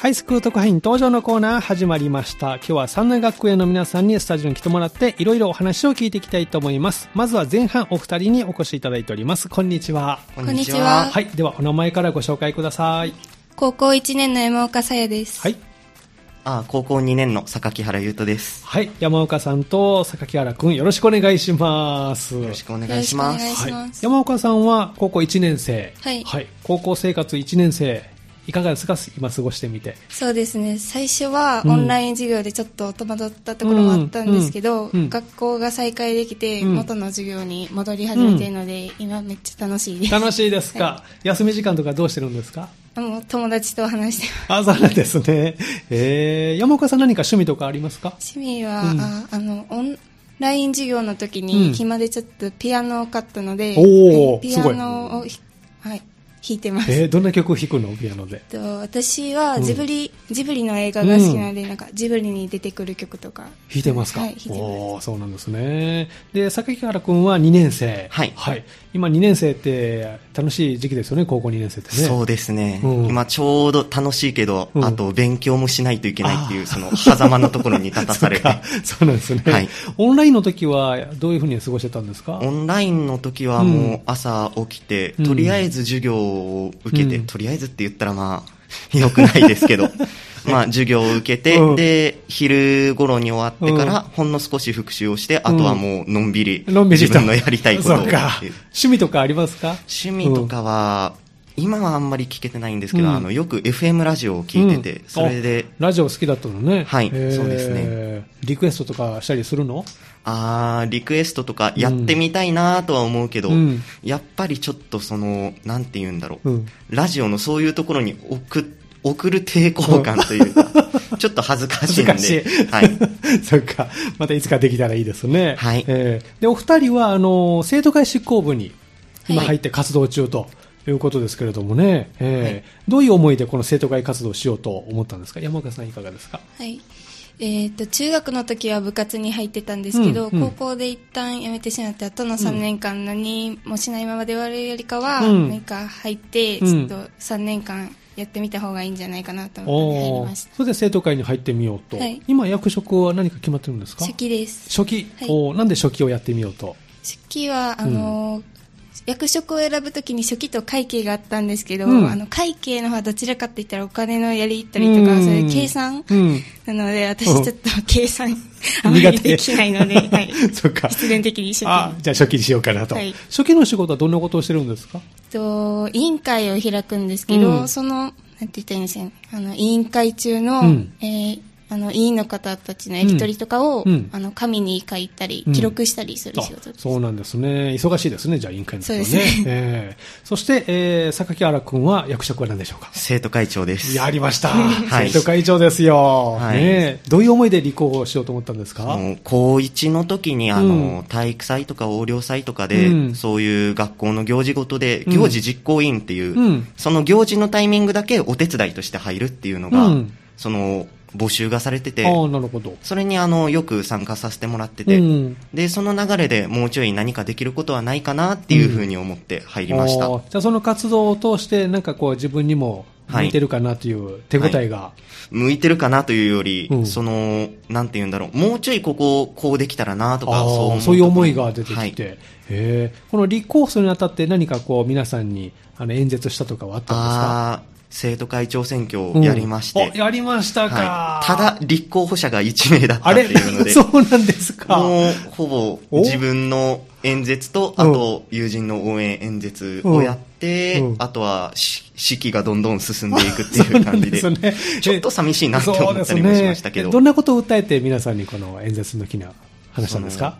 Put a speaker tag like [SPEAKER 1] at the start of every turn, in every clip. [SPEAKER 1] ハイスクール特派員登場のコーナー始まりました。今日は三大学園の皆さんにスタジオに来てもらって、いろいろお話を聞いていきたいと思います。まずは前半お二人にお越しいただいております。こんにちは。
[SPEAKER 2] こ
[SPEAKER 3] んにちは
[SPEAKER 1] はい。では、お名前からご紹介ください。
[SPEAKER 3] 高校1年の山岡さやです。
[SPEAKER 1] はい。
[SPEAKER 2] あ、高校2年の榊原優斗です。
[SPEAKER 1] はい。山岡さんと榊原くん、よろしくお願いします。
[SPEAKER 2] よろしくお願いしま
[SPEAKER 3] よろ
[SPEAKER 2] す。
[SPEAKER 3] しくお願いし
[SPEAKER 1] はい
[SPEAKER 3] ま、す
[SPEAKER 1] 山岡さんは高校1年生、
[SPEAKER 3] はい
[SPEAKER 1] 高校生活1年生いかがですか今過ごしてみて
[SPEAKER 3] そうですね。最初は
[SPEAKER 1] うん
[SPEAKER 3] オンライン授業でちょっと戸惑ったところもあったんですけど、
[SPEAKER 1] うんうんうん
[SPEAKER 3] 学校が再開できて、
[SPEAKER 1] うん
[SPEAKER 3] 元の授業に戻り始めているので、今めっちゃ楽しいです。
[SPEAKER 1] 楽しいですか、
[SPEAKER 3] は
[SPEAKER 1] 休み時間とかどうしてるんですか
[SPEAKER 3] もう友達と話してま
[SPEAKER 1] あそうなんですね、えー、山岡さん何か趣味とかありますか
[SPEAKER 3] す。趣味は、
[SPEAKER 1] うん
[SPEAKER 3] ああの、オンライン授業の時
[SPEAKER 1] うん
[SPEAKER 3] に暇でちょっとピアノを買ったので、
[SPEAKER 1] おー
[SPEAKER 3] はいピアノをひ、はい、弾いてます。
[SPEAKER 1] えー、どんな曲を弾くのピアノで
[SPEAKER 3] えっと私は
[SPEAKER 1] うん
[SPEAKER 3] ジブリ、ジブリの映画が好きなので、なんかジブリに出てくる曲とか
[SPEAKER 1] 弾いてますか、
[SPEAKER 3] はい弾いてます
[SPEAKER 1] おーそうなんですねで榊原くんは2年生
[SPEAKER 2] はい
[SPEAKER 1] 今2年生って楽しい時期ですよね高校2年生ってね
[SPEAKER 2] そうですね、
[SPEAKER 1] うん
[SPEAKER 2] 今ちょうど楽しいけど、
[SPEAKER 1] うん
[SPEAKER 2] あと勉強もしないといけないってい
[SPEAKER 1] あー
[SPEAKER 2] う、その狭間のところに立たされて
[SPEAKER 1] そっ。かそうなんですね、
[SPEAKER 2] はい
[SPEAKER 1] オンラインの時はどういうふうに過ごしてたんですか
[SPEAKER 2] オンラインの時はもう朝起きて、
[SPEAKER 1] うん
[SPEAKER 2] とりあえず授業を受けて、
[SPEAKER 1] うん
[SPEAKER 2] とりあえずって言ったらまあ、 良くないです けど、まあ授業を受けて、
[SPEAKER 1] うん
[SPEAKER 2] で、昼頃に終わってから、
[SPEAKER 1] う
[SPEAKER 2] ほんの少し復習をして、あとはもうのんびり、
[SPEAKER 1] のんびり
[SPEAKER 2] 自分のやりたいことを
[SPEAKER 1] そうか趣味とかありますか
[SPEAKER 2] 趣味とかは、今はあんまり聞けてないんですけど、
[SPEAKER 1] うん
[SPEAKER 2] あのよく FM ラジオを聞いてて、
[SPEAKER 1] うん
[SPEAKER 2] それで
[SPEAKER 1] ラジオ好きだったのね
[SPEAKER 2] はい
[SPEAKER 1] へー
[SPEAKER 2] そうですね
[SPEAKER 1] リクエストとかしたりするの
[SPEAKER 2] あーリクエストとかやってみたいなとは思うけど、
[SPEAKER 1] うん
[SPEAKER 2] やっぱりちょっとそのなんて言うんだろう、
[SPEAKER 1] うん
[SPEAKER 2] ラジオのそういうところに送っ送る抵抗感というか、 ちょっと恥ずかしいんで
[SPEAKER 1] 恥ずかしい
[SPEAKER 2] はい、
[SPEAKER 1] そっかまたいつかできたらいいですね
[SPEAKER 2] はい
[SPEAKER 1] えーでお二人はあの生徒会執行部に今入って活動中と、い、うことですけれどもね、えー
[SPEAKER 2] はい
[SPEAKER 1] どういう思いでこの生徒会活動をしようと思ったんですか山岡さんいかがですか
[SPEAKER 3] はいえー、と中学の時は部活に入ってたんですけど、
[SPEAKER 1] うんうん
[SPEAKER 3] 高校で一旦辞めてしまって後の3年間何もしないままで終わるよりかは、
[SPEAKER 1] うん
[SPEAKER 3] なんか入ってち
[SPEAKER 1] う
[SPEAKER 3] ょ
[SPEAKER 1] ん
[SPEAKER 3] っと3年間やってみた方がいいんじゃないかなと思って入
[SPEAKER 1] お
[SPEAKER 3] り
[SPEAKER 1] ー
[SPEAKER 3] ました
[SPEAKER 1] それで生徒会に入ってみようと、
[SPEAKER 3] はい
[SPEAKER 1] 今役職は何か決まってるんですか
[SPEAKER 3] 初期です
[SPEAKER 1] 初期、
[SPEAKER 3] はい
[SPEAKER 1] おーなんで初期をやってみようと
[SPEAKER 3] 初期はあのー役職を選ぶときに初期と会計があったんですけど、
[SPEAKER 1] うん
[SPEAKER 3] あの会計の方はどちらかって言ったらお金のやり取りとか、
[SPEAKER 1] うん
[SPEAKER 3] そういう計算
[SPEAKER 1] うん
[SPEAKER 3] なので、私
[SPEAKER 1] うん
[SPEAKER 3] ちょっと計算あまりできないので、 はい、
[SPEAKER 1] そっか
[SPEAKER 3] 必然的に 初期
[SPEAKER 1] あじゃあ初期にしようかなと、
[SPEAKER 3] はい
[SPEAKER 1] 初期の仕事はどんなことをしてるんですか
[SPEAKER 3] えっと委員会を開くんですけど、
[SPEAKER 1] うん
[SPEAKER 3] その、なんて言ったらいいんですかね、あの委員会中の、
[SPEAKER 1] うん
[SPEAKER 3] えーあの委員の方たちのやり取りとかを、
[SPEAKER 1] うんうん
[SPEAKER 3] あの紙に書いたり
[SPEAKER 1] うん、
[SPEAKER 3] 記録したりする仕事
[SPEAKER 1] あ
[SPEAKER 3] です。
[SPEAKER 1] そうなんですね忙しいですねじゃあ委員会の時はね
[SPEAKER 3] そうですね
[SPEAKER 1] えーそして、えー、榊原君は役職は何でしょう か
[SPEAKER 2] 生徒会長です。
[SPEAKER 1] やりました、
[SPEAKER 2] い
[SPEAKER 1] 生徒会長ですよ、
[SPEAKER 2] はい
[SPEAKER 1] ねえどういう思いで立候補しようと思ったんですか、
[SPEAKER 2] もう高1の時にあ
[SPEAKER 1] う
[SPEAKER 2] の、
[SPEAKER 1] ん
[SPEAKER 2] 体育祭とか横領祭とかで、
[SPEAKER 1] うん
[SPEAKER 2] そういう学校の行事ごとで、
[SPEAKER 1] うん
[SPEAKER 2] 行事実行委員っていう、
[SPEAKER 1] うん
[SPEAKER 2] その行事のタイミングだけお手伝いとして入るっていうのが、
[SPEAKER 1] うん
[SPEAKER 2] その募集がされてて、
[SPEAKER 1] ああなるほど、
[SPEAKER 2] それにあのよく参加させてもらってて、
[SPEAKER 1] うん
[SPEAKER 2] でその流れでもうちょい何かできることはないかなっていうふうに思って入りました、
[SPEAKER 1] おーじゃあその活動を通してなんかこう自分にも向いてるかなという手応えが、
[SPEAKER 2] 向いてるかなというより、
[SPEAKER 1] うん
[SPEAKER 2] そのなんて言うんだろうもうちょいここをこうできたらなとか
[SPEAKER 1] あ
[SPEAKER 2] そう
[SPEAKER 1] ー
[SPEAKER 2] 思う
[SPEAKER 1] そういう思いが出て
[SPEAKER 2] は
[SPEAKER 1] き
[SPEAKER 2] い
[SPEAKER 1] て、へえこの立候補するにあたって何かこう皆さんにあの演説したとかはあったんですか
[SPEAKER 2] ああー、生徒会長選挙をやりまして、
[SPEAKER 1] うんおやりましたか、
[SPEAKER 2] はい、ただ立候補者が1名だった
[SPEAKER 1] あ
[SPEAKER 2] って
[SPEAKER 1] れ
[SPEAKER 2] いうの で、
[SPEAKER 1] そうなんですか
[SPEAKER 2] もうほ
[SPEAKER 1] お
[SPEAKER 2] ぼ自分の演説と、あと友人の応援演説をやって、
[SPEAKER 1] うんうん
[SPEAKER 2] あとはし式がどんどん進んでいくっていう感じ で、
[SPEAKER 1] そうなんですね
[SPEAKER 2] ちょっと寂しいなって思ったりもしましたけ
[SPEAKER 1] そうですね
[SPEAKER 2] ど、
[SPEAKER 1] どんなことを訴えて皆さんにこの演説の時には話したんですか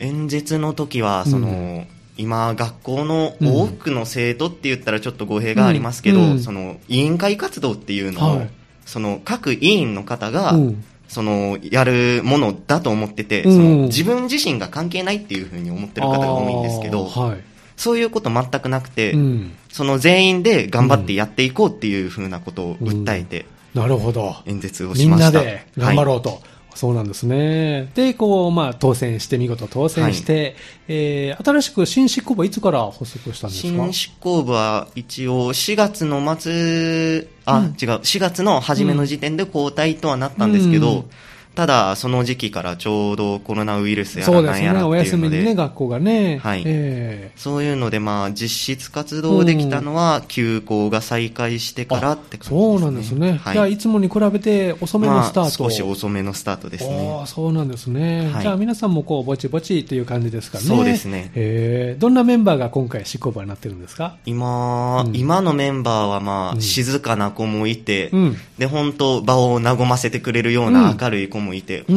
[SPEAKER 2] 演説の時はその、
[SPEAKER 1] うん
[SPEAKER 2] 今学校の多くの生徒って言ったらちょっと語弊がありますけど、
[SPEAKER 1] うんうん
[SPEAKER 2] その委員会活動っていうのを、
[SPEAKER 1] はい
[SPEAKER 2] その各委員の方が、
[SPEAKER 1] うん
[SPEAKER 2] そのやるものだと思ってて、
[SPEAKER 1] うん
[SPEAKER 2] その自分自身が関係ないっていうふうに思ってる方が多いんですけど、
[SPEAKER 1] あーはい
[SPEAKER 2] そういうこと全くなくて、
[SPEAKER 1] うん、
[SPEAKER 2] その全員で頑張ってやっていこうっていうふうなことを訴えて
[SPEAKER 1] なるほど
[SPEAKER 2] 演説をし
[SPEAKER 1] みん
[SPEAKER 2] ま
[SPEAKER 1] な
[SPEAKER 2] した。
[SPEAKER 1] で頑張ろうと、そうなんですね。で、こう、まあ、当選して、見事当選して、えー新しく新執行部はいつから発足したんですか
[SPEAKER 2] 新執行部は一応4月の末、あ、
[SPEAKER 1] うん
[SPEAKER 2] 違う、4月の初めの時点で交代とはなったんですけど、
[SPEAKER 1] うん
[SPEAKER 2] ただ、その時期からちょうどコロナウイルスや
[SPEAKER 1] そ
[SPEAKER 2] ら
[SPEAKER 1] うで
[SPEAKER 2] な
[SPEAKER 1] す
[SPEAKER 2] んや
[SPEAKER 1] ね。
[SPEAKER 2] らっ
[SPEAKER 1] お
[SPEAKER 2] ていう
[SPEAKER 1] 休み
[SPEAKER 2] ので、
[SPEAKER 1] にね、学校がね。
[SPEAKER 2] はい
[SPEAKER 1] え
[SPEAKER 2] そういうので、まあ、実質活動できたのは、休校が再開してからっ
[SPEAKER 1] ー
[SPEAKER 2] て感じですね。
[SPEAKER 1] そうなんですね。
[SPEAKER 2] はい
[SPEAKER 1] じゃあ、いつもに比べて遅めのスタート。
[SPEAKER 2] まあ、少し遅めのスタートです
[SPEAKER 1] おー
[SPEAKER 2] ね。
[SPEAKER 1] そうなんですね、
[SPEAKER 2] はい
[SPEAKER 1] じゃあ皆さんもこうぼちぼちという感じですかね、
[SPEAKER 2] そうですね
[SPEAKER 1] えーどんなメンバーが今回、執行部になってるんですか、
[SPEAKER 2] 今、
[SPEAKER 1] うん
[SPEAKER 2] 今のメンバーはまあ、
[SPEAKER 1] うん
[SPEAKER 2] 静かな子もいて、
[SPEAKER 1] うん
[SPEAKER 2] で、本当場を和ませてくれるよう
[SPEAKER 1] う
[SPEAKER 2] なん明るい子
[SPEAKER 1] うん
[SPEAKER 2] もいて、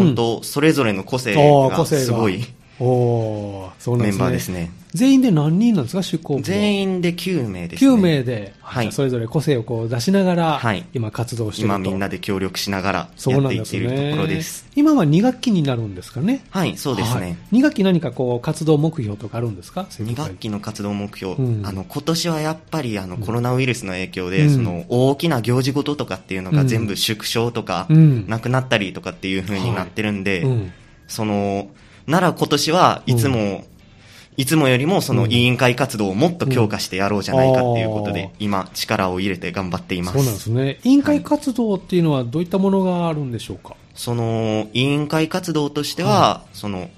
[SPEAKER 2] 本当それぞれの個性
[SPEAKER 1] おー個
[SPEAKER 2] が
[SPEAKER 1] 性が
[SPEAKER 2] すごい
[SPEAKER 1] おーそうなんで
[SPEAKER 2] メン
[SPEAKER 1] すね
[SPEAKER 2] バーですね。
[SPEAKER 1] 全員で何人なんですか、執行部は、
[SPEAKER 2] 全員で9名ですね。
[SPEAKER 1] 9名で、
[SPEAKER 2] はい
[SPEAKER 1] じゃあそれぞれ個性をこう出しながら、
[SPEAKER 2] はい
[SPEAKER 1] 今、活動してると
[SPEAKER 2] 今みんなで協力しながら
[SPEAKER 1] そう
[SPEAKER 2] やっ
[SPEAKER 1] なん
[SPEAKER 2] てい
[SPEAKER 1] で
[SPEAKER 2] っ
[SPEAKER 1] す
[SPEAKER 2] ているところ
[SPEAKER 1] ね
[SPEAKER 2] です。
[SPEAKER 1] 今は2学期になるんですかね、
[SPEAKER 2] はい、そうですね。
[SPEAKER 1] 2学期、何かこう活動目標とかあるんですか、
[SPEAKER 2] 2学期の活動目標、
[SPEAKER 1] うん
[SPEAKER 2] あの今年はやっぱりあのコロナウイルスの影響で、
[SPEAKER 1] うん
[SPEAKER 2] その大きな行事ごととかっていうのが
[SPEAKER 1] うん
[SPEAKER 2] 全部縮小とか、
[SPEAKER 1] うん
[SPEAKER 2] なくなったりとかっていう風になってるんで、
[SPEAKER 1] うん
[SPEAKER 2] そのなら今年はいつも、いつもよりもその
[SPEAKER 1] うん
[SPEAKER 2] 委員会活動をもっと強化してやろうじゃないかっていうことで、
[SPEAKER 1] うんあー
[SPEAKER 2] 今力を入れて頑張っていま。
[SPEAKER 1] そうなんですすね委員会活動っていうのはどういったものがあるんでしょうか、
[SPEAKER 2] その委員会活動としては、その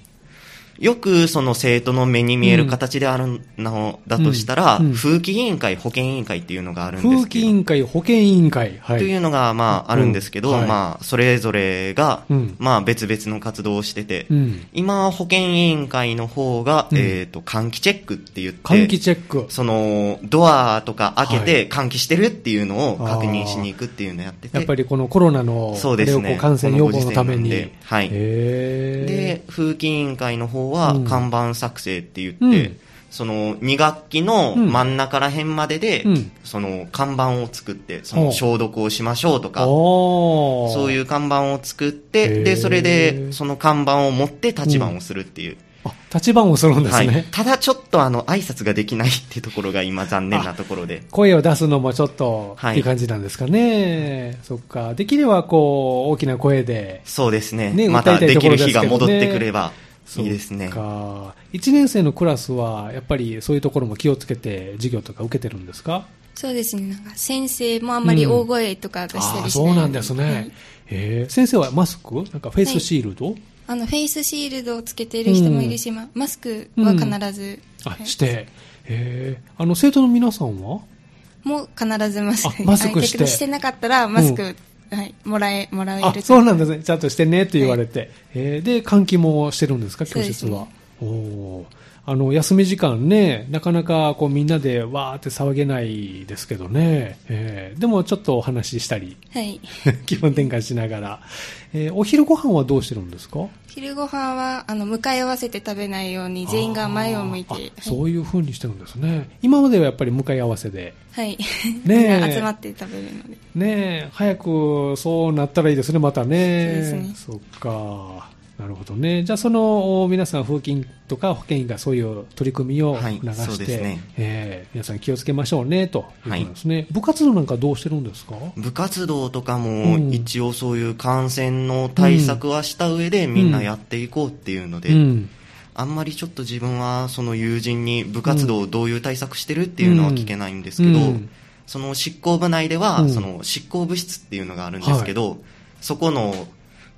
[SPEAKER 2] よくその生徒の目に見える形であるのだとしたら、
[SPEAKER 1] うんうん
[SPEAKER 2] 風紀委員会、保健委員会っていうのがあるんで
[SPEAKER 1] 風
[SPEAKER 2] す
[SPEAKER 1] 紀
[SPEAKER 2] け
[SPEAKER 1] 委
[SPEAKER 2] ど、
[SPEAKER 1] 員会、保健委員会、は
[SPEAKER 2] とい
[SPEAKER 1] い、
[SPEAKER 2] うのがまああるんですけど、
[SPEAKER 1] うんはい
[SPEAKER 2] まあそれぞれが、
[SPEAKER 1] うん
[SPEAKER 2] まあ別々の活動をしてて、
[SPEAKER 1] うん、
[SPEAKER 2] 今保健委員会の方が、
[SPEAKER 1] うん
[SPEAKER 2] えっ、と換気チェックって言って、
[SPEAKER 1] 換気チェック、
[SPEAKER 2] そのドアとか開け
[SPEAKER 1] は
[SPEAKER 2] て換気してるっていうのを確認しに行くっていうのをやってて、
[SPEAKER 1] やっぱりこのコロナの
[SPEAKER 2] そうですね
[SPEAKER 1] あれをこ感染予防のために、
[SPEAKER 2] このご時世なんではい
[SPEAKER 1] へ
[SPEAKER 2] で風紀委員会の方は
[SPEAKER 1] うん
[SPEAKER 2] 看板作成って言って、
[SPEAKER 1] うん
[SPEAKER 2] その2学期の真ん中ら辺までで、
[SPEAKER 1] うん
[SPEAKER 2] その看板を作ってそ
[SPEAKER 1] ほう
[SPEAKER 2] の消毒をしましょうと
[SPEAKER 1] ー、
[SPEAKER 2] か
[SPEAKER 1] おー
[SPEAKER 2] そういう看板を作っ
[SPEAKER 1] へー
[SPEAKER 2] てでそれでその看板を持って立番をするっていう、
[SPEAKER 1] あ立場をするんです
[SPEAKER 2] は
[SPEAKER 1] ね、
[SPEAKER 2] い、ただちょっとあの挨拶ができないってところが今残念なところで
[SPEAKER 1] 声を出すのもちょっと
[SPEAKER 2] はい
[SPEAKER 1] っていう感じなんですかね、そっか、できればこう大きな声で、
[SPEAKER 2] そうですね
[SPEAKER 1] ね
[SPEAKER 2] また
[SPEAKER 1] 歌いたい
[SPEAKER 2] で
[SPEAKER 1] とこ
[SPEAKER 2] き
[SPEAKER 1] ろ
[SPEAKER 2] る
[SPEAKER 1] ですけ
[SPEAKER 2] 日
[SPEAKER 1] ど
[SPEAKER 2] が
[SPEAKER 1] ね
[SPEAKER 2] 戻ってくればいいですね
[SPEAKER 1] そっか1年生のクラスは、やっぱりそういうところも気をつけて、授業とか受けてるんですか
[SPEAKER 3] そうですね。なんか先生もあんまり大声とか出した
[SPEAKER 1] あー
[SPEAKER 3] りしない、
[SPEAKER 1] そうなんですね、
[SPEAKER 3] はい
[SPEAKER 1] へー先生はマスクなんかフェイスシールド、
[SPEAKER 3] あの、フェイスシールドをつけている人もいるし、まマスクは必ず、は
[SPEAKER 1] あ
[SPEAKER 3] い
[SPEAKER 1] して、へーあの生徒の皆さんは
[SPEAKER 3] もう必ずマスク
[SPEAKER 1] あマスクして
[SPEAKER 3] はい逆にしてなかったら、マスク、はい、もらえ、もらえる
[SPEAKER 1] あ
[SPEAKER 3] と
[SPEAKER 1] そうなんですねちゃんとしてねって言われて、えーで換気もしてるんですか教室は
[SPEAKER 3] そ
[SPEAKER 1] おーあの休み時間ねなかなかこうみんなでわーって騒げないですけどね、えーでもちょっとお話ししたり
[SPEAKER 3] はい。
[SPEAKER 1] 気分転換しながら、えーお昼ご飯はどうしてるんですか
[SPEAKER 3] 昼ご飯は、あの、向かい合わせて食べないように、全員が前を向いて、
[SPEAKER 1] あ
[SPEAKER 3] はい
[SPEAKER 1] ーあそういう風にしてるんですね今まではやっぱり向かい合わせで
[SPEAKER 3] は
[SPEAKER 1] ね
[SPEAKER 3] い。
[SPEAKER 1] え
[SPEAKER 3] みん な集まって食べるので。
[SPEAKER 1] ねえ早くそうなったらいいですねまた
[SPEAKER 3] そ
[SPEAKER 1] ね
[SPEAKER 3] うです
[SPEAKER 1] そっかなるほどねじゃあそのお皆さん風景とか保健員がそういう取り組みを
[SPEAKER 2] はい
[SPEAKER 1] 流
[SPEAKER 2] そう
[SPEAKER 1] し
[SPEAKER 2] で
[SPEAKER 1] て、
[SPEAKER 2] すね
[SPEAKER 1] えー皆さん気をつけましょうねということですね、部活動なんかどうしてるんですか
[SPEAKER 2] 部活動とか
[SPEAKER 1] う
[SPEAKER 2] も
[SPEAKER 1] ん
[SPEAKER 2] 一応そういう感染の対策はした上でみんなやっていこうっていうので、
[SPEAKER 1] うん
[SPEAKER 2] あんまりちょっと自分はその友人に部活動をどういう対策してるっていうのは聞けないんですけど、
[SPEAKER 1] うん
[SPEAKER 2] その執行部内では、
[SPEAKER 1] うん
[SPEAKER 2] その執行部室っていうのがあるんですけど、そこの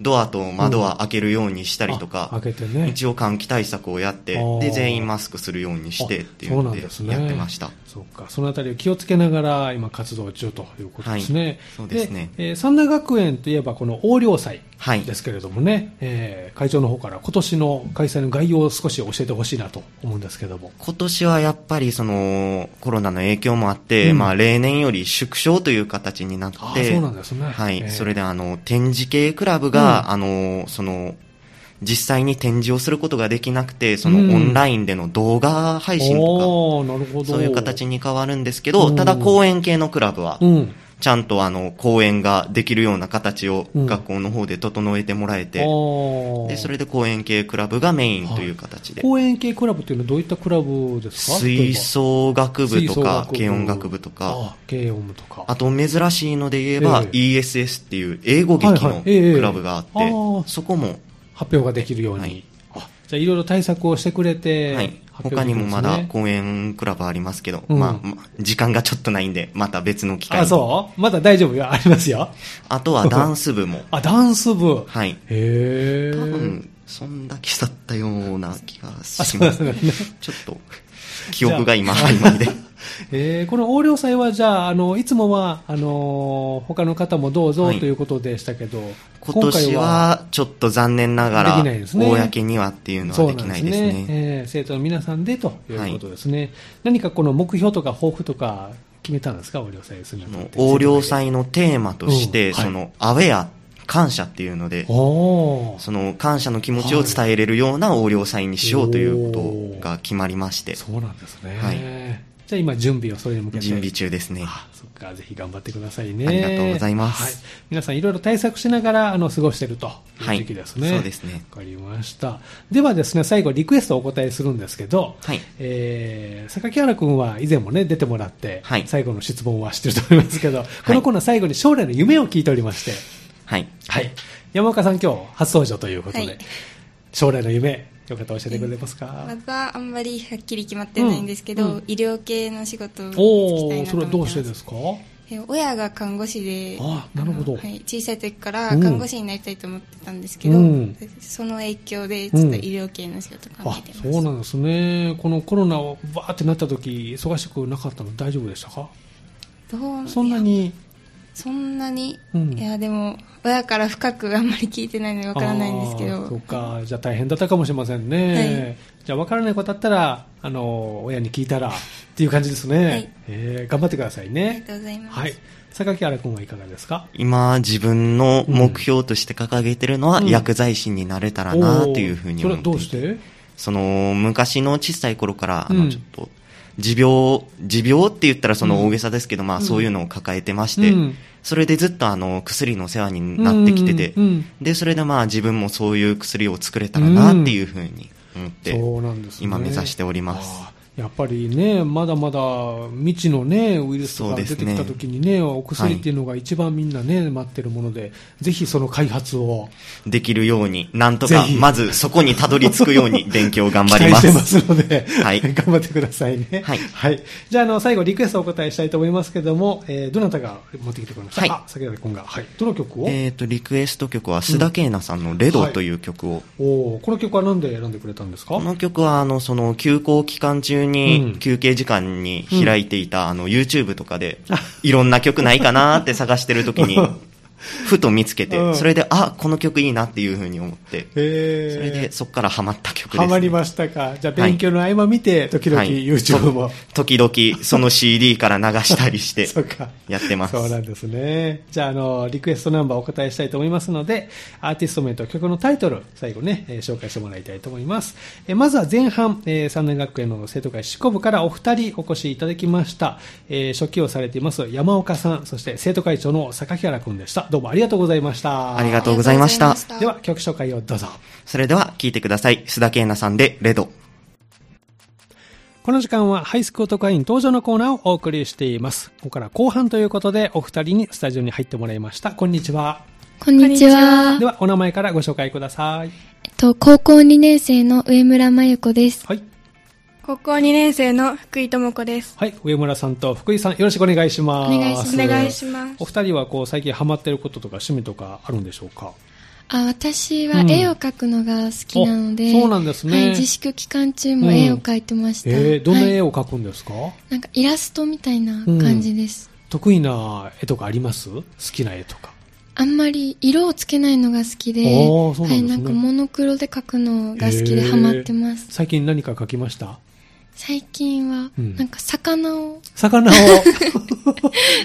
[SPEAKER 2] ドアと窓は開けるようにしたりと
[SPEAKER 1] あ
[SPEAKER 2] か、
[SPEAKER 1] 開けてね
[SPEAKER 2] 一応換気対策をやって
[SPEAKER 1] あー
[SPEAKER 2] で全員マスクするようにしてっていう
[SPEAKER 1] あそう
[SPEAKER 2] の
[SPEAKER 1] なん
[SPEAKER 2] で
[SPEAKER 1] ですね
[SPEAKER 2] やってました、
[SPEAKER 1] そうかそのあたりを気をつけながら今活動中ということですね、
[SPEAKER 2] そうですね
[SPEAKER 1] でえー三田学園といえばこの横領祭
[SPEAKER 2] はい
[SPEAKER 1] ですけれどもね、えー会長の方から今年の開催の概要を少し教えてほしいなと思うんですけども。
[SPEAKER 2] 今年はやっぱりそのコロナの影響もあって、
[SPEAKER 1] うん
[SPEAKER 2] まあ例年より縮小という形になって、
[SPEAKER 1] ああ、そうなんですね。
[SPEAKER 2] はい、
[SPEAKER 1] えー
[SPEAKER 2] それであの、展示系クラブが、あの、その、実際に展示をすることができなくて、その
[SPEAKER 1] うん
[SPEAKER 2] オンラインでの動画配信と
[SPEAKER 1] おーなるほ
[SPEAKER 2] か、
[SPEAKER 1] ど。
[SPEAKER 2] そういう形に変わるんですけ
[SPEAKER 1] う
[SPEAKER 2] ど、
[SPEAKER 1] ん
[SPEAKER 2] ただ公演系のクラブは
[SPEAKER 1] う、ん。
[SPEAKER 2] ちゃんとあの、講演ができるような形を
[SPEAKER 1] うん
[SPEAKER 2] 学校の方で整えてもらえて、
[SPEAKER 1] おー
[SPEAKER 2] で、それで講演系クラブがメインという形で、
[SPEAKER 1] 公演系クラブっていうのはどういったクラブですか
[SPEAKER 2] 吹奏楽部
[SPEAKER 1] 吹
[SPEAKER 2] とか、
[SPEAKER 1] 奏楽部
[SPEAKER 2] 軽音楽部とか、
[SPEAKER 1] あ軽音部とか。
[SPEAKER 2] あと珍しいので言えば、
[SPEAKER 1] え
[SPEAKER 2] ESS っていう英語劇
[SPEAKER 1] はいは
[SPEAKER 2] の
[SPEAKER 1] いええ
[SPEAKER 2] クラブがあって、
[SPEAKER 1] あー
[SPEAKER 2] そこも、
[SPEAKER 1] 発表ができるように。
[SPEAKER 2] はい
[SPEAKER 1] あじゃあいろいろ対策をしてくれて、
[SPEAKER 2] はい、
[SPEAKER 1] 発表
[SPEAKER 2] 他
[SPEAKER 1] で
[SPEAKER 2] に
[SPEAKER 1] きる
[SPEAKER 2] も
[SPEAKER 1] んです
[SPEAKER 2] ま
[SPEAKER 1] ね
[SPEAKER 2] だ講演クラブありますけど、
[SPEAKER 1] うん
[SPEAKER 2] まあまあ、時間がちょっとないんで、また別の機会に
[SPEAKER 1] あ、そうまだ大丈夫よ。ありますよ。。
[SPEAKER 2] あとはダンス部も
[SPEAKER 1] あ、ダンス部。
[SPEAKER 2] はい。
[SPEAKER 1] へえ。
[SPEAKER 2] 多分、そんだけだったような気が
[SPEAKER 1] あ、
[SPEAKER 2] し
[SPEAKER 1] そうな
[SPEAKER 2] ま
[SPEAKER 1] ん
[SPEAKER 2] す。
[SPEAKER 1] だね。
[SPEAKER 2] ちょっと、記憶が今、曖昧で。
[SPEAKER 1] えー、この横領祭はじゃあ、あの、いつもは、あのー他の方もどうぞ
[SPEAKER 2] はい
[SPEAKER 1] ということでしたけど、
[SPEAKER 2] 今年は、ちょっと残念なが
[SPEAKER 1] で
[SPEAKER 2] ら、
[SPEAKER 1] きないですね
[SPEAKER 2] 公にはっていうの
[SPEAKER 1] そ
[SPEAKER 2] は
[SPEAKER 1] う
[SPEAKER 2] でき
[SPEAKER 1] ん
[SPEAKER 2] ないですね。
[SPEAKER 1] えー生徒の皆さんでということですね。何かこの目標とか抱負とか決めたんですか、横領祭する
[SPEAKER 2] あ
[SPEAKER 1] の
[SPEAKER 2] の横領。祭のテーマとして、
[SPEAKER 1] うんはい
[SPEAKER 2] その、アウェア、感謝っていうので、
[SPEAKER 1] おー
[SPEAKER 2] その、感謝の気持ちを伝えれるような横領祭にしようということが決まりまして、
[SPEAKER 1] そうなんですね。
[SPEAKER 2] はい
[SPEAKER 1] じゃあ今準備をそれに向けて。
[SPEAKER 2] 準備中ですね。
[SPEAKER 1] あそっか、ぜひ頑張ってくださいね。
[SPEAKER 2] ありがとうございます
[SPEAKER 1] はい、皆さんいろいろ対策しながら、あの、過ごしてるという時期ですね。
[SPEAKER 2] はいそうですね
[SPEAKER 1] わかりました。ではですね、最後リクエストをお答えするんですけど、
[SPEAKER 2] はい
[SPEAKER 1] えー、榊原くんは以前もね、出てもらって、
[SPEAKER 2] はい
[SPEAKER 1] 最後の質問はしてると思いますけど、このコーナー最後に将来の夢を聞いておりまして、
[SPEAKER 2] はい。
[SPEAKER 1] はい。山岡さん今日初登場ということで、
[SPEAKER 3] はい
[SPEAKER 1] 将来の夢、よかったら教えてくれますか、
[SPEAKER 3] まだあんまりはっきり決まってないんですけど、
[SPEAKER 1] うんうん
[SPEAKER 3] 医療系の仕事を
[SPEAKER 1] お
[SPEAKER 3] したい
[SPEAKER 1] ー、
[SPEAKER 3] な
[SPEAKER 1] そ
[SPEAKER 3] と
[SPEAKER 1] れは
[SPEAKER 3] 思って
[SPEAKER 1] ど
[SPEAKER 3] ま
[SPEAKER 1] うし
[SPEAKER 3] す
[SPEAKER 1] てですか
[SPEAKER 3] え親が看護師で
[SPEAKER 1] あなるほど
[SPEAKER 3] あのはい、小さい時から
[SPEAKER 1] うん
[SPEAKER 3] 看護師になりたいと思ってたんですけど、
[SPEAKER 1] うん
[SPEAKER 3] その影響でちょっと医療系の仕事考
[SPEAKER 1] あ
[SPEAKER 3] えてます、
[SPEAKER 1] そうなんですね、このコロナをばーってなった時忙しくなかったの、大丈夫でしたか、
[SPEAKER 3] どう
[SPEAKER 1] そんなに、
[SPEAKER 3] そんなに、
[SPEAKER 1] うん
[SPEAKER 3] いやでも親から深くあんまり聞いてないのでわからないんですけ
[SPEAKER 1] あー
[SPEAKER 3] ど
[SPEAKER 1] そうか、じゃあ大変だったかもしれませんね、じゃあ分からないことあったら、あの親に聞いたらっていう感じですね、
[SPEAKER 3] はい
[SPEAKER 1] えー頑張ってください
[SPEAKER 3] ありが
[SPEAKER 1] ね。
[SPEAKER 3] とうございます、
[SPEAKER 1] はい榊原君はいかがですか
[SPEAKER 2] 今、自分の目標として掲げてるのは、
[SPEAKER 1] うん
[SPEAKER 2] 薬剤師になれたらなというふうに思っていて、
[SPEAKER 1] おーそれはどうして
[SPEAKER 2] その、昔の小さい頃から、あ
[SPEAKER 1] うん
[SPEAKER 2] の、ちょっと、持病、持病って言ったらその大げさですけど、まあそういうのを抱えてまして、
[SPEAKER 1] うん
[SPEAKER 2] それでずっとあの、薬の世話になってきてて、
[SPEAKER 1] うんうんうん
[SPEAKER 2] で、それでまあ自分もそういう薬を作れたらなっていうふうに思って、
[SPEAKER 1] そうなんですね、
[SPEAKER 2] 今目指しております
[SPEAKER 1] あーやっぱりね、まだまだ未知の、ね、ウイルスと
[SPEAKER 2] そ
[SPEAKER 1] か
[SPEAKER 2] うです
[SPEAKER 1] 出
[SPEAKER 2] ね
[SPEAKER 1] てきたときにねお薬っていうのが一番みんな、ね待ってるもので、ぜひその開発を
[SPEAKER 2] できるように、なんと
[SPEAKER 1] ぜ
[SPEAKER 2] か
[SPEAKER 1] ひ、
[SPEAKER 2] まずそこにたどり着くように勉強頑
[SPEAKER 1] 期
[SPEAKER 2] 張り
[SPEAKER 1] 待
[SPEAKER 2] ま
[SPEAKER 1] し
[SPEAKER 2] す。
[SPEAKER 1] てますので、
[SPEAKER 2] はい
[SPEAKER 1] 頑張ってくださいね。
[SPEAKER 2] はい
[SPEAKER 1] じゃああの、最後、リクエストお答えしたいと思いますけども、えーどなたが持ってきてくれました
[SPEAKER 2] はい
[SPEAKER 1] か、先ほど君が、はい、どの曲を、
[SPEAKER 2] えっ、と、リクエスト曲は、須田慶奈さんのレドという曲を。
[SPEAKER 1] おーこの曲は何で選んでくれたんですか
[SPEAKER 2] この曲は、あの、その、休校期間中
[SPEAKER 1] うん
[SPEAKER 2] に、休憩時間に開いていた、あの、YouTube とかで、いろんな曲ないかなって探してる時 に、ふと見つけ
[SPEAKER 1] う
[SPEAKER 2] て、
[SPEAKER 1] ん
[SPEAKER 2] それで、あ、この曲いいなっていうふうに思って、
[SPEAKER 1] えー
[SPEAKER 2] それで、そっからハマった曲です、ね。
[SPEAKER 1] ハマりましたか。じゃあ、勉強の合間見て、時々
[SPEAKER 2] はい
[SPEAKER 1] YouTube も。、
[SPEAKER 2] 時々、その CD から流したりし て
[SPEAKER 1] そうか。
[SPEAKER 2] やってます。
[SPEAKER 1] そうなんですね。じゃあ、あの、リクエストナンバーお答えしたいと思いますので、アーティスト名と曲のタイトル、最後ね、えー紹介してもらいたいと思います。えーまずは前半、えー三年学園の生徒会執行部からお二人お越しいただきました。えー、初期をされています山岡さん、そして生徒会長の榊原くんでした。どうもありがとうございました。
[SPEAKER 2] ありがとうございました
[SPEAKER 3] ありがとうございま
[SPEAKER 1] では、曲紹介をどうぞ。
[SPEAKER 2] それでは、聴いてください。須田慶奈さんで、レド。
[SPEAKER 1] この時間はハイスクート会員登場のコーナーをお送りしています。ここから後半ということでお二人にスタジオに入ってもらいました。こんにちは。
[SPEAKER 4] こんにちは
[SPEAKER 1] で。はお名前からご紹介ください。
[SPEAKER 4] えっと、高校2年生の上村真由子です。
[SPEAKER 1] はい。
[SPEAKER 5] 高校2年生の福井智子です。
[SPEAKER 1] はい。上村さんと福井さんよろしくお願いします。
[SPEAKER 4] お願いしま
[SPEAKER 5] お
[SPEAKER 4] す
[SPEAKER 5] 願いします
[SPEAKER 1] お。二人はこう最近ハマってることとか趣味とかあるんでしょうか
[SPEAKER 4] あ、私は絵を描くのが好きなので、
[SPEAKER 1] おそうなんですね
[SPEAKER 4] はい、自粛期間中も絵を描いてました。
[SPEAKER 1] えー、どんな
[SPEAKER 4] はい
[SPEAKER 1] 絵を描くんですか、
[SPEAKER 4] なんかイラストみたいな感じです。
[SPEAKER 1] 得意な絵とかあります好きな絵とか。
[SPEAKER 4] あんまり色をつけないのが好きで、
[SPEAKER 1] あーそうなんですね
[SPEAKER 4] はい、なんかモノクロで描くのが好きで
[SPEAKER 1] えー
[SPEAKER 4] ハマってます。
[SPEAKER 1] 最近何か描きました
[SPEAKER 4] 最近は、
[SPEAKER 1] うん
[SPEAKER 4] なんか魚を、
[SPEAKER 1] 魚を、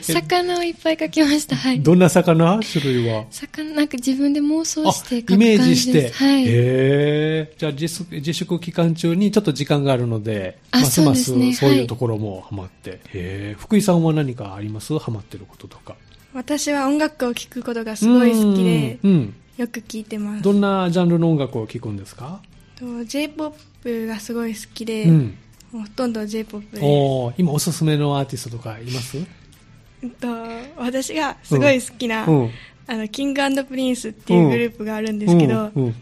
[SPEAKER 4] 魚をいっぱい描きました。はい。
[SPEAKER 1] どんな魚種類は
[SPEAKER 4] 魚、なんか自分で妄想
[SPEAKER 1] あ
[SPEAKER 4] して
[SPEAKER 1] イ
[SPEAKER 4] 描く感
[SPEAKER 1] メ
[SPEAKER 4] じ
[SPEAKER 1] ー
[SPEAKER 4] で
[SPEAKER 1] ジ
[SPEAKER 4] す。
[SPEAKER 1] して、
[SPEAKER 4] はい。
[SPEAKER 1] へーじゃあ自粛自粛期間中にちょっと時間があるので、
[SPEAKER 4] あ
[SPEAKER 1] ますます
[SPEAKER 4] そうですね
[SPEAKER 1] そうい
[SPEAKER 4] は
[SPEAKER 1] う
[SPEAKER 4] い
[SPEAKER 1] ところもハマって、へー福井さんは何かありますハマってることとか。
[SPEAKER 5] 私は音楽を聴くことがすごい好きで、
[SPEAKER 1] うんうん
[SPEAKER 5] よく聴いてます
[SPEAKER 1] どんなジャンルの音楽を聴くんですか、
[SPEAKER 5] と J-POP がすごい好きで、
[SPEAKER 1] うん
[SPEAKER 5] もうほとんど J-POP です
[SPEAKER 1] おー今おすすめのアーティストとかいます
[SPEAKER 5] うんと私がすごい好きな、
[SPEAKER 1] うん
[SPEAKER 5] あのキングプリンスっていうグループがあるんですけど、
[SPEAKER 1] うんうん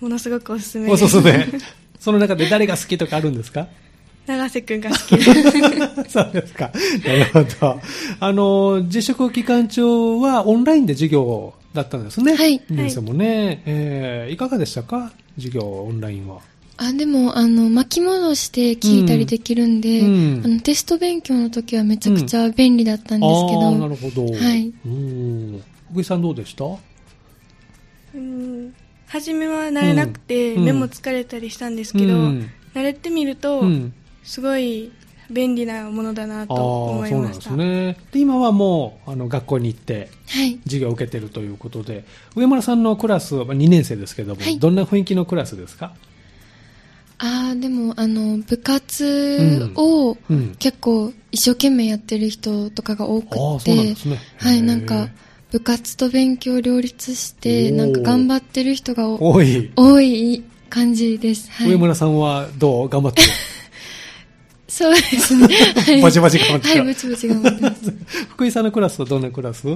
[SPEAKER 5] ものすごくおすすめで
[SPEAKER 1] おすすめ その中で誰が好きとかあるんですか
[SPEAKER 5] 永瀬くんが好きです
[SPEAKER 1] そうですか。なるほど。あの、自粛期間中はオンラインで授業だったんですね。
[SPEAKER 4] はい
[SPEAKER 1] 皆さんもね、えーいかがでしたか授業、オンラインは。
[SPEAKER 4] あでもあの巻き戻して聞いたりできるんで、
[SPEAKER 1] うん
[SPEAKER 4] あのテスト勉強の時はめちゃくちゃ便利だった
[SPEAKER 1] あ
[SPEAKER 4] んですけど、
[SPEAKER 1] ーなるほど。
[SPEAKER 4] はい
[SPEAKER 1] うん。福井さんどうでした
[SPEAKER 5] うん初めは慣れなくて、
[SPEAKER 1] うん
[SPEAKER 5] 目も疲れたりしたんですけど、
[SPEAKER 1] うん
[SPEAKER 5] 慣れてみると、
[SPEAKER 1] うん。
[SPEAKER 5] すごい便利なものだな
[SPEAKER 1] あ
[SPEAKER 5] と
[SPEAKER 1] あ
[SPEAKER 5] 思
[SPEAKER 1] ー、
[SPEAKER 5] い
[SPEAKER 1] そうな
[SPEAKER 5] ま
[SPEAKER 1] ん
[SPEAKER 5] し
[SPEAKER 1] で
[SPEAKER 5] た
[SPEAKER 1] すね。で、今はもう、あの、学校に行って、
[SPEAKER 4] はい
[SPEAKER 1] 授業を受けてるということで、上村さんのクラスはまあ2年生ですけども、
[SPEAKER 4] はい
[SPEAKER 1] どんな雰囲気のクラスですか
[SPEAKER 4] あーでもあの部活を
[SPEAKER 1] うん
[SPEAKER 4] 結構一生懸命やってる人とかが多くて、
[SPEAKER 1] ああそうなんですね
[SPEAKER 4] は
[SPEAKER 1] へー
[SPEAKER 4] いなんか部活と勉強を両立して
[SPEAKER 1] おー
[SPEAKER 4] なんか頑張ってる人がお
[SPEAKER 1] 多い。
[SPEAKER 4] 多い感じです、はい、
[SPEAKER 1] 上村さんはどう頑張 ってる
[SPEAKER 4] そうですね、はい、
[SPEAKER 1] バチバチ頑張ってる
[SPEAKER 4] はいバチバチ頑張ってます
[SPEAKER 1] 福井さんのクラスはどんなクラス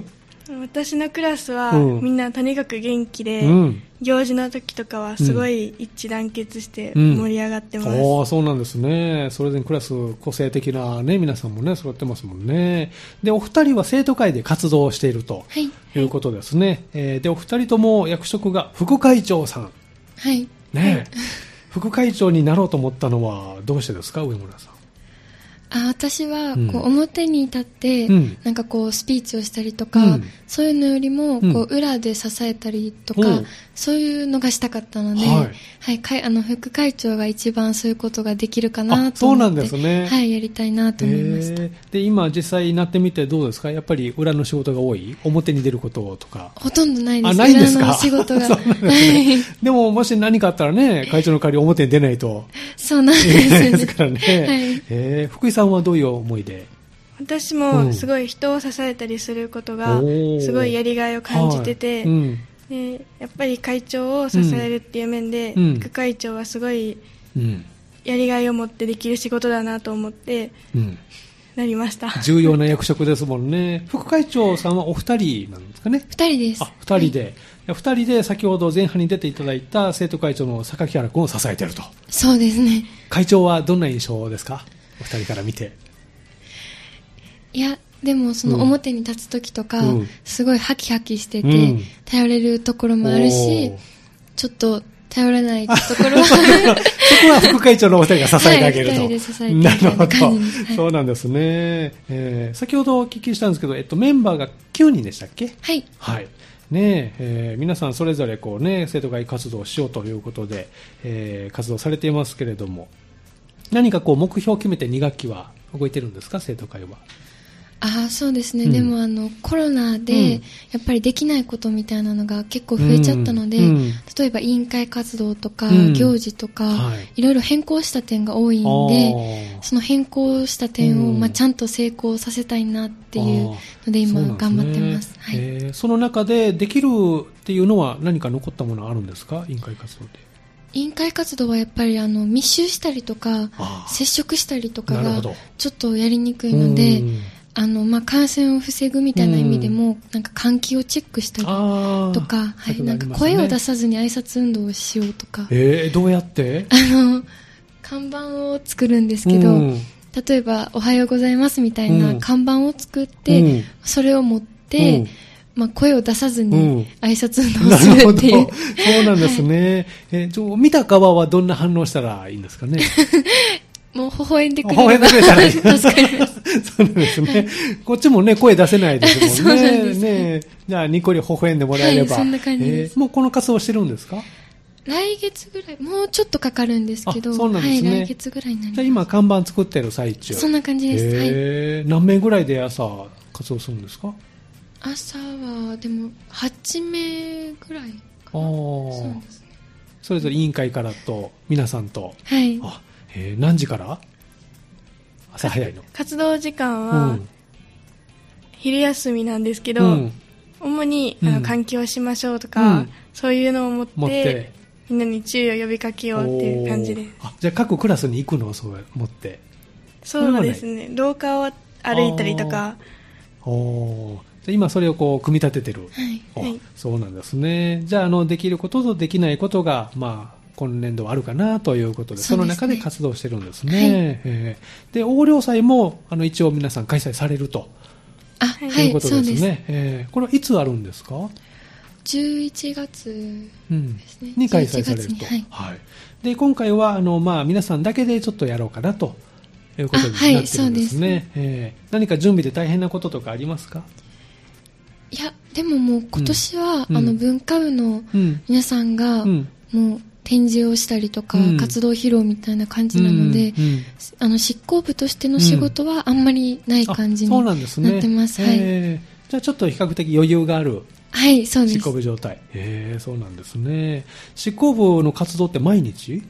[SPEAKER 5] 私のクラスは、
[SPEAKER 1] うん
[SPEAKER 5] みんなとにかく元気で、
[SPEAKER 1] うん
[SPEAKER 5] 行事の時とかはすごい一致団結して
[SPEAKER 1] うん
[SPEAKER 5] 盛り上がってます、
[SPEAKER 1] ああ、そうなんですね。それでクラス個性的なね、皆さんもね、揃ってますもんね。で、お二人は生徒会で活動をしていると
[SPEAKER 4] はい
[SPEAKER 1] いうことですね。えーで、お二人とも役職が副会長さん。
[SPEAKER 4] はい
[SPEAKER 1] ね、副会長になろうと思ったのはどうしてですか、上村さん。
[SPEAKER 4] あ私は
[SPEAKER 1] うん
[SPEAKER 4] こう表に立って
[SPEAKER 1] うん
[SPEAKER 4] なんかこうスピーチをしたりとか、
[SPEAKER 1] うん
[SPEAKER 4] そういうのよりも
[SPEAKER 1] うん
[SPEAKER 4] こう裏で支えたりとか、
[SPEAKER 1] うん
[SPEAKER 4] そういうのがしたかったので、
[SPEAKER 1] は
[SPEAKER 4] はいいかいあの副会長が一番そういうことができるか
[SPEAKER 1] あ
[SPEAKER 4] なと
[SPEAKER 1] そうな
[SPEAKER 4] 思
[SPEAKER 1] ん
[SPEAKER 4] って
[SPEAKER 1] ですね
[SPEAKER 4] はい、やりたいなと思いました、
[SPEAKER 1] へーで、今実際になってみてどうですかやっぱり裏の仕事が多い表に出ることとか。
[SPEAKER 4] ほとんどないで
[SPEAKER 1] あ
[SPEAKER 4] す
[SPEAKER 1] ないんですか
[SPEAKER 4] 裏の仕事 が
[SPEAKER 1] そうなんですね
[SPEAKER 4] はい
[SPEAKER 1] でも、もし何かあったら ね、会長の代わり表に出ないと
[SPEAKER 4] そうなん
[SPEAKER 1] いけない
[SPEAKER 4] で
[SPEAKER 1] ですすからね。
[SPEAKER 4] はい
[SPEAKER 1] えー福井さんはどういう思いで
[SPEAKER 5] 私
[SPEAKER 1] うん
[SPEAKER 5] もすごい人を支えたりすることが
[SPEAKER 1] おー
[SPEAKER 5] すごいやりがいを感じてて、
[SPEAKER 1] はいうん
[SPEAKER 5] でやっぱり会長を支えるっていう面で、
[SPEAKER 1] うん
[SPEAKER 5] 副会長はすごい
[SPEAKER 1] うん
[SPEAKER 5] やりがいを持ってできる仕事だなと思って
[SPEAKER 1] うん、
[SPEAKER 5] なりました
[SPEAKER 1] 重要な役職ですもんね。副会長さんはお二人なんですかね
[SPEAKER 4] 二人です
[SPEAKER 1] あ、二人で。二、人で先ほど前半に出ていただいた生徒会長の榊原君を支えてると。
[SPEAKER 4] そうですね
[SPEAKER 1] 会長はどんな印象ですかお二人から見て。
[SPEAKER 4] いやでもそ
[SPEAKER 1] うん
[SPEAKER 4] の表に立つ時とか、
[SPEAKER 1] うん
[SPEAKER 4] すごいハキハキしてて、
[SPEAKER 1] うん
[SPEAKER 4] 頼れるところもあるし
[SPEAKER 1] おー
[SPEAKER 4] ちょっと頼らないところは
[SPEAKER 1] そこは副会長のお二人が支えてあげると。
[SPEAKER 4] はい二人で支えて
[SPEAKER 1] なるほ
[SPEAKER 4] みたい
[SPEAKER 1] ど
[SPEAKER 4] な感じですは。い
[SPEAKER 1] そうなんですね、えー先ほどお聞きしたんですけど、えっと、メンバーが9人でしたっけ
[SPEAKER 4] はい
[SPEAKER 1] はい。ねええー皆さんそれぞれこう、ね、生徒会活動をしようということで、えー活動されていますけれども、何かこう目標を決めて2学期は動いてるんですか、生徒会は。
[SPEAKER 4] ああそうですね、
[SPEAKER 1] うん
[SPEAKER 4] でもあのコロナ
[SPEAKER 1] うん
[SPEAKER 4] でやっぱりできないことみたいなのが結構増えちゃったので、
[SPEAKER 1] うんうん
[SPEAKER 4] 例えば委員会活動とか、
[SPEAKER 1] うん
[SPEAKER 4] 行事とか、、
[SPEAKER 1] はい
[SPEAKER 4] ろいろ変更した点が多いん
[SPEAKER 1] あ
[SPEAKER 4] で
[SPEAKER 1] ー
[SPEAKER 4] その変更した点を、
[SPEAKER 1] うん
[SPEAKER 4] まあ、ちゃんと成功させたいなっていうので今
[SPEAKER 1] あー
[SPEAKER 4] 頑張ってます
[SPEAKER 1] そうなんで
[SPEAKER 4] はい
[SPEAKER 1] ねえーその中でできるっていうのは何か残ったものはあるんですか委員会活動で。
[SPEAKER 4] 委員会活動はやっぱりあの密集したりとか
[SPEAKER 1] あー
[SPEAKER 4] 接触したりとか
[SPEAKER 1] なるほ
[SPEAKER 4] が
[SPEAKER 1] ど
[SPEAKER 4] ちょっとやりにくいので
[SPEAKER 1] うん
[SPEAKER 4] あの、まあ、感染を防ぐみたいな意味でも、なんか換気をチェックしたり
[SPEAKER 1] あー
[SPEAKER 4] とか、はい、な
[SPEAKER 1] 先ほどありまし
[SPEAKER 4] んか
[SPEAKER 1] たね
[SPEAKER 4] 声を出さずに挨拶運動をしようとか、
[SPEAKER 1] えー、どうやって
[SPEAKER 4] あの、看板を作るんですけ
[SPEAKER 1] う
[SPEAKER 4] ど、
[SPEAKER 1] ん
[SPEAKER 4] 例えば、おはようございますみたいうなん看板を作って、
[SPEAKER 1] うん
[SPEAKER 4] それを持って、
[SPEAKER 1] うん
[SPEAKER 4] まあ、声を出さず
[SPEAKER 1] うん
[SPEAKER 4] に挨拶運動を
[SPEAKER 1] な
[SPEAKER 4] す
[SPEAKER 1] るほ
[SPEAKER 4] るっ
[SPEAKER 1] ど。
[SPEAKER 4] ていう、
[SPEAKER 1] そうなんですね。えーじゃあ見た側はどんな反応したらいいんですか ね。
[SPEAKER 4] もう微笑んでくれ
[SPEAKER 1] 応援
[SPEAKER 4] れば
[SPEAKER 1] が出 たらいい。
[SPEAKER 4] 助 かります。
[SPEAKER 1] そうなんですね。こっちもね、声出せないですもん
[SPEAKER 4] そうな
[SPEAKER 1] ね。
[SPEAKER 4] んです
[SPEAKER 1] ねじゃあ、ニコリ微笑んでもらえれば。
[SPEAKER 4] はいそんな感じです
[SPEAKER 1] えーもうこの活動してるんですか
[SPEAKER 4] 来月ぐらい、もうちょっとかかるんですけど、
[SPEAKER 1] あそうなんですね
[SPEAKER 4] はい、来月ぐらいにな
[SPEAKER 1] じゃあ
[SPEAKER 4] りま
[SPEAKER 1] 今、看板作ってる最中。
[SPEAKER 4] す。そんな感じです。はい。
[SPEAKER 1] えー何名ぐらいで朝、活動するんですか
[SPEAKER 4] 朝は、でも、8名ぐらい
[SPEAKER 1] あ
[SPEAKER 4] かな。そう
[SPEAKER 1] ー
[SPEAKER 4] ですね。
[SPEAKER 1] それぞれ委員会からと、皆さんと。
[SPEAKER 4] はい。
[SPEAKER 1] あ、えー何時から朝早いの。
[SPEAKER 5] 活動時間
[SPEAKER 1] う
[SPEAKER 5] は
[SPEAKER 1] ん
[SPEAKER 5] 昼休みなんですけど、
[SPEAKER 1] うん
[SPEAKER 5] 主に
[SPEAKER 1] うん
[SPEAKER 5] あの換気をしましょうとか、
[SPEAKER 1] うん
[SPEAKER 5] そういうのを持って
[SPEAKER 1] 持って
[SPEAKER 5] みんなに注意を呼びかけようっていう感じです
[SPEAKER 1] おーあじゃあ各クラスに行くのをそう持って
[SPEAKER 5] そうですね廊下を歩いたりとか
[SPEAKER 1] おおーじゃあ今それをこう組み立ててる、
[SPEAKER 4] はい。
[SPEAKER 1] あ
[SPEAKER 5] はい
[SPEAKER 1] そうなんですねじゃああのできることとできないことが、まあ、今年度はあるかなということでそ
[SPEAKER 4] そうです
[SPEAKER 1] の
[SPEAKER 4] ね
[SPEAKER 1] 中で活動してるんですね、
[SPEAKER 4] はい
[SPEAKER 1] えーで横領祭もあの一応皆さん開催されると
[SPEAKER 4] あ、
[SPEAKER 5] い
[SPEAKER 4] は
[SPEAKER 1] いうこ
[SPEAKER 4] い、
[SPEAKER 1] と
[SPEAKER 4] そう
[SPEAKER 1] です
[SPEAKER 4] で
[SPEAKER 1] ね、
[SPEAKER 4] す。
[SPEAKER 1] えーこれはいつあるんですか、
[SPEAKER 4] 11月、
[SPEAKER 1] うん
[SPEAKER 4] ですね
[SPEAKER 1] に開催される
[SPEAKER 4] 11月
[SPEAKER 1] と、
[SPEAKER 4] にはい
[SPEAKER 1] で今回はあの、まあ、皆さんだけでちょっとやろうかなということに
[SPEAKER 4] あはい
[SPEAKER 1] なってるんですね、
[SPEAKER 4] そう
[SPEAKER 1] えー何か準備で大変なこととかありますか、
[SPEAKER 4] いや、でももう今年は、
[SPEAKER 1] うん
[SPEAKER 4] あ
[SPEAKER 1] う
[SPEAKER 4] の、
[SPEAKER 1] ん
[SPEAKER 4] 文化部の
[SPEAKER 1] うん
[SPEAKER 4] 皆さんが、
[SPEAKER 1] うん
[SPEAKER 4] もう展示をしたりとか、
[SPEAKER 1] うん
[SPEAKER 4] 活動披露みたいな感じなので、
[SPEAKER 1] うんうん
[SPEAKER 4] あの執行部としての仕事はあんまりない感じ
[SPEAKER 1] あそ
[SPEAKER 4] に
[SPEAKER 1] うな
[SPEAKER 4] なん
[SPEAKER 1] ですね
[SPEAKER 4] ってます。はい、
[SPEAKER 1] えーじゃあちょっと比較的余裕がある
[SPEAKER 4] はい、そうで
[SPEAKER 1] 執
[SPEAKER 4] す
[SPEAKER 1] 行。部状態えーそうなんですね執行部の活動って毎日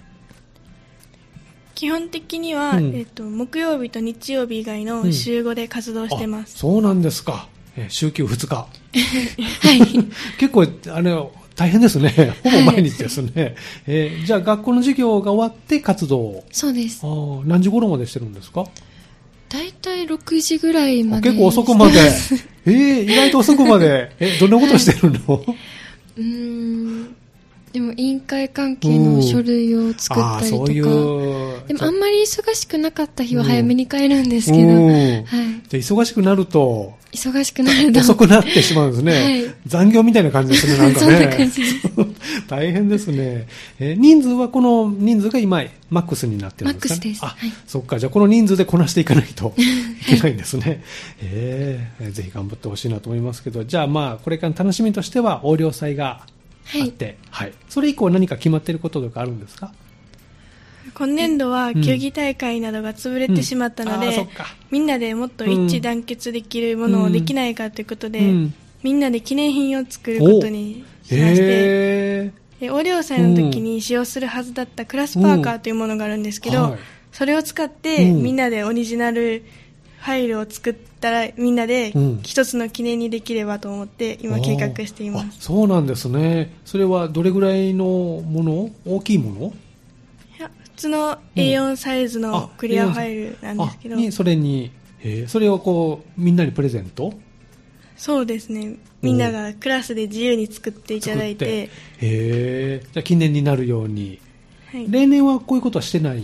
[SPEAKER 5] 基本的には、
[SPEAKER 1] うん
[SPEAKER 5] えっと木曜日と日曜日以外
[SPEAKER 1] う
[SPEAKER 5] の
[SPEAKER 1] ん
[SPEAKER 5] 週5で活動してます、
[SPEAKER 1] あそうなんですか、えー週休2日
[SPEAKER 4] はい、
[SPEAKER 1] 結構あれ大変 ですねほぼ毎日ですね、えーじゃあ学校の授業が終わって活動を
[SPEAKER 4] そうです
[SPEAKER 1] あ。ー何時頃までしてるんですか
[SPEAKER 4] 大体6時ぐらいま
[SPEAKER 1] あ
[SPEAKER 4] で。
[SPEAKER 1] 結構遅く までえー意外と遅くまでえどんなことして るの、
[SPEAKER 4] うーん。でも委員会関係の書類を作
[SPEAKER 1] あ
[SPEAKER 4] っ
[SPEAKER 1] あ
[SPEAKER 4] たりと
[SPEAKER 1] そう
[SPEAKER 4] か。
[SPEAKER 1] いう
[SPEAKER 4] でもあんまり忙しくなかった日は
[SPEAKER 1] うん
[SPEAKER 4] 早めに帰るんですけど、
[SPEAKER 1] うん
[SPEAKER 4] は
[SPEAKER 1] じ
[SPEAKER 4] い。
[SPEAKER 1] ゃあ忙しくなると、
[SPEAKER 4] 忙しくなる と。
[SPEAKER 1] 遅くなってしまうんですね。
[SPEAKER 4] はい
[SPEAKER 1] 残業みたいな感じですね、なんか
[SPEAKER 4] そんな感
[SPEAKER 1] ね
[SPEAKER 4] じ。
[SPEAKER 1] 大変ですね、えー人数はこの人数が今、マックスになってるんですか、ね、
[SPEAKER 4] マックスです
[SPEAKER 1] あ、
[SPEAKER 4] はい
[SPEAKER 1] そっか、じゃあこの人数でこなしていかない といけないんですね。えーぜひ頑張ってほしいなと思いますけど、じゃあまあ、これからの楽しみとしては、横領祭があって、はい。それ以降何か決まっていることとかあるんですか
[SPEAKER 5] 今年度は球技大会などが潰れてしまったので、
[SPEAKER 1] うんあーそっか
[SPEAKER 5] みんなでもっと一致団結できるものをできないかということで、
[SPEAKER 1] うん
[SPEAKER 5] みんなで記念品を作ることにしまして、
[SPEAKER 1] え
[SPEAKER 5] で横領祭の時に使用するはずだったクラスパーカーというものがあるんですけど、
[SPEAKER 1] うんはい
[SPEAKER 5] それを使って
[SPEAKER 1] うん
[SPEAKER 5] みんなでオリジナルファイルを作ったらみんなで
[SPEAKER 1] うん
[SPEAKER 5] 一つの記念にできればと思って今計画していま
[SPEAKER 1] あ
[SPEAKER 5] す
[SPEAKER 1] そうなんですね。それはどれぐらいのもの大きいもの
[SPEAKER 5] いや普通の A4 サイズのクリアファイルなんですけど
[SPEAKER 1] あにそれに、えーそれをこうみんなにプレゼント
[SPEAKER 5] そうですねみんながクラスで自由に作っていただいて
[SPEAKER 1] 作ってへーじゃあ記念になるように、
[SPEAKER 5] はい
[SPEAKER 1] 例年はこういうことはしてない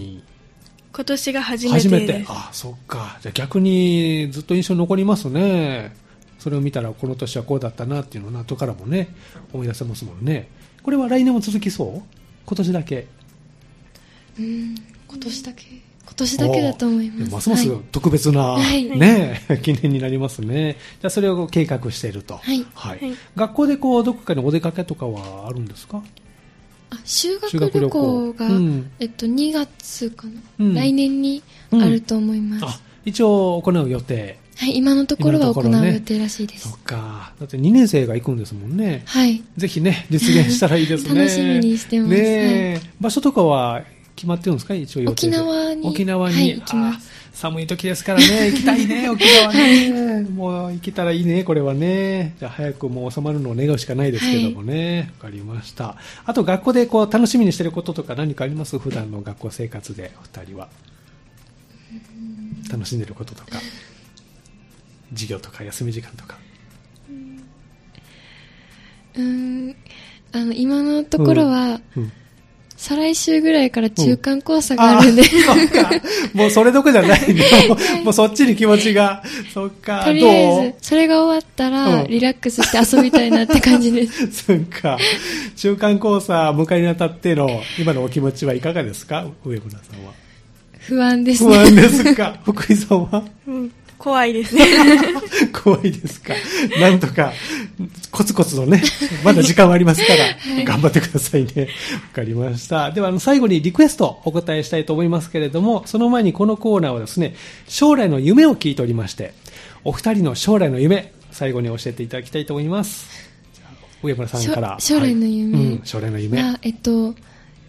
[SPEAKER 5] 今年が初めてです
[SPEAKER 1] あそっかじゃあ逆にずっと印象に残りますねそれを見たらこの年はこうだったなっていうのは後からもね思い出せますもんねこれは来年も続きそう今年だけ
[SPEAKER 4] うん。今年だけ。今年だけだと思います。
[SPEAKER 1] ますます
[SPEAKER 4] はい
[SPEAKER 1] 特別な、
[SPEAKER 4] はい
[SPEAKER 1] ね、記念になりますね。じゃあそれを計画していると。
[SPEAKER 4] はい
[SPEAKER 5] はい
[SPEAKER 1] 学校でこう、どこかにお出かけとかはあるんですか
[SPEAKER 4] あ
[SPEAKER 1] 修
[SPEAKER 4] 修学
[SPEAKER 1] 学旅
[SPEAKER 4] 旅
[SPEAKER 1] 行
[SPEAKER 4] 行が、
[SPEAKER 1] うん
[SPEAKER 4] えっと、2月かな、
[SPEAKER 1] うん
[SPEAKER 4] 来年にあると思います、
[SPEAKER 1] あ、一応行う予定。
[SPEAKER 4] はい、今のところ
[SPEAKER 1] 今
[SPEAKER 4] は行
[SPEAKER 1] のところ
[SPEAKER 4] う
[SPEAKER 1] ね
[SPEAKER 4] 予定らしいです、
[SPEAKER 1] そっか。だって2年生が行くんですもんね。
[SPEAKER 4] はい
[SPEAKER 1] ぜひね、実現したらいいですね。
[SPEAKER 4] 楽しみにしてます
[SPEAKER 1] ねえ場所とかは決まってるんですか一応予定
[SPEAKER 4] 沖縄に
[SPEAKER 1] 沖縄に。
[SPEAKER 4] はい行きます
[SPEAKER 1] あー寒い時ですからね、 行きたいね、沖縄ね。もう行けたらいいね、これはね。じゃあ早くもう収まるのを願うしかないですけどもね。わ、かりました。あと学校でこう楽しみにしてることとか何かあります普段の学校生活で、お二人は。楽しんでることとか。授業とか休み時間とか。
[SPEAKER 4] うーんあの今のところは、
[SPEAKER 1] うん
[SPEAKER 4] 再来週ぐらいから中間交差があるんで、
[SPEAKER 1] あーそっか。もうそれどこじゃないね。もうもうそっちに気持ちが。そっか。
[SPEAKER 4] とりあえずそれが終わったら、
[SPEAKER 1] うん
[SPEAKER 4] リラックスして遊びたいなって感 じです
[SPEAKER 1] どうそっか。中間交差迎えにあたっての今のお気持ちはいかがですか上村さんは。
[SPEAKER 4] 不安です
[SPEAKER 1] 不
[SPEAKER 4] ね
[SPEAKER 1] 安ですか 福井さんは
[SPEAKER 5] うん怖いですね
[SPEAKER 1] 怖いですかなんとか、コツコツのね、まだ時間はありますから、頑張ってくださいね。わかりました。では、あの、最後にリクエストお答えしたいと思いますけれども、その前にこのコーナーはですね、将来の夢を聞いておりまして、お二人の将来の夢、最後に教えていただきたいと思います。じゃあ上村さんから。
[SPEAKER 4] しょ将来の夢
[SPEAKER 1] はいうん、将来の夢。
[SPEAKER 4] あえっと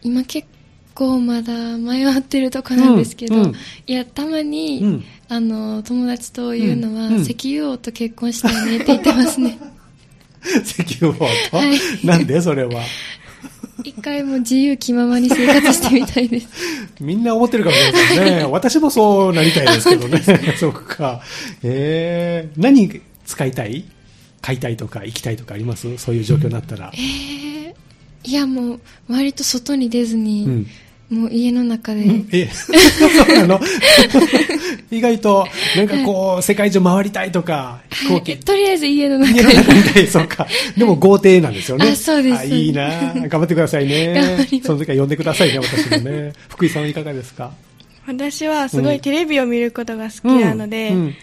[SPEAKER 4] 今結構まだ迷ってるとこなんですけど、
[SPEAKER 1] うんうん
[SPEAKER 4] いやたまに、
[SPEAKER 1] うん
[SPEAKER 4] あの友達というのは、
[SPEAKER 1] うんうん
[SPEAKER 4] 石油王と結婚したいねって言ってま すね
[SPEAKER 1] 石油王と、
[SPEAKER 4] はい
[SPEAKER 1] なんでそれは。
[SPEAKER 4] 一回も自由気ままに生活してみたいです
[SPEAKER 1] みんな思ってるかもしれません ね。私もそうなりたいですけどね。そうか。えー、何使いたい買いたいとか行きたいとかありますそういう状況になったら。
[SPEAKER 4] えー、いやもう割と外に出ず
[SPEAKER 1] う
[SPEAKER 4] に、
[SPEAKER 1] ん。
[SPEAKER 4] もう家の中で、
[SPEAKER 1] うん え、そうなの意外と、なんかこう、世界中回りたいとか、飛
[SPEAKER 4] は
[SPEAKER 1] 行
[SPEAKER 4] い
[SPEAKER 1] 機。
[SPEAKER 4] とりあえず家の中
[SPEAKER 1] 家
[SPEAKER 4] で
[SPEAKER 1] の中にいたいそうか。でも豪邸なんですよね。
[SPEAKER 4] あそうです
[SPEAKER 1] あいいな頑張ってください
[SPEAKER 4] 頑張りま
[SPEAKER 1] ね。
[SPEAKER 4] す
[SPEAKER 1] その時は呼んでくださいね、私もね。福井さんはいかがですか
[SPEAKER 5] 私はすごいテレビを見ることが好きなので、
[SPEAKER 1] うん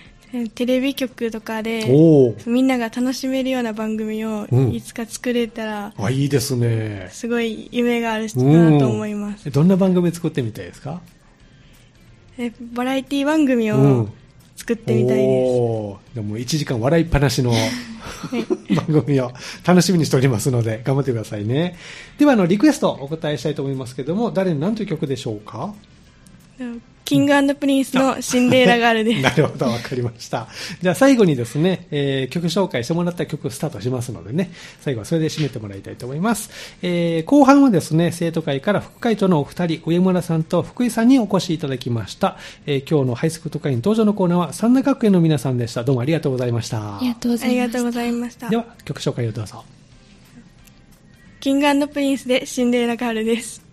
[SPEAKER 5] テレビ局とかで
[SPEAKER 1] おー
[SPEAKER 5] みんなが楽しめるような番組を
[SPEAKER 1] うん
[SPEAKER 5] いつか作れたら、
[SPEAKER 1] あ、いいですね。
[SPEAKER 5] すごい夢があるなと思います、
[SPEAKER 1] うんどんな番組作ってみたいですか
[SPEAKER 5] えバラエティ番組
[SPEAKER 1] う
[SPEAKER 5] を
[SPEAKER 1] ん
[SPEAKER 5] 作ってみたいです、
[SPEAKER 1] おーでも1時間笑いっぱなしの 番組を楽しみにしておりますので、頑張ってくださいね。では、あの、リクエストお答えしたいと思いますけども、誰の何という曲でしょうか
[SPEAKER 5] キングプリンスのシンデレラガールです
[SPEAKER 1] なるほど、わかりました。じゃあ最後にですね、えー曲紹介してもらった曲スタートしますのでね、最後はそれで締めてもらいたいと思います。えー後半はですね、生徒会から副会長のお二人、上村さんと福井さんにお越しいただきました。えー今日のハイスクール会員登場のコーナーは三田学園の皆さんでした。どうもありがとうございました
[SPEAKER 4] あ。りがとうござ
[SPEAKER 5] あ
[SPEAKER 4] い
[SPEAKER 5] り
[SPEAKER 4] ま
[SPEAKER 5] が
[SPEAKER 4] す
[SPEAKER 5] とうございました
[SPEAKER 1] では、曲紹介をどうぞ。
[SPEAKER 5] キングプリンスでシンデレラガールです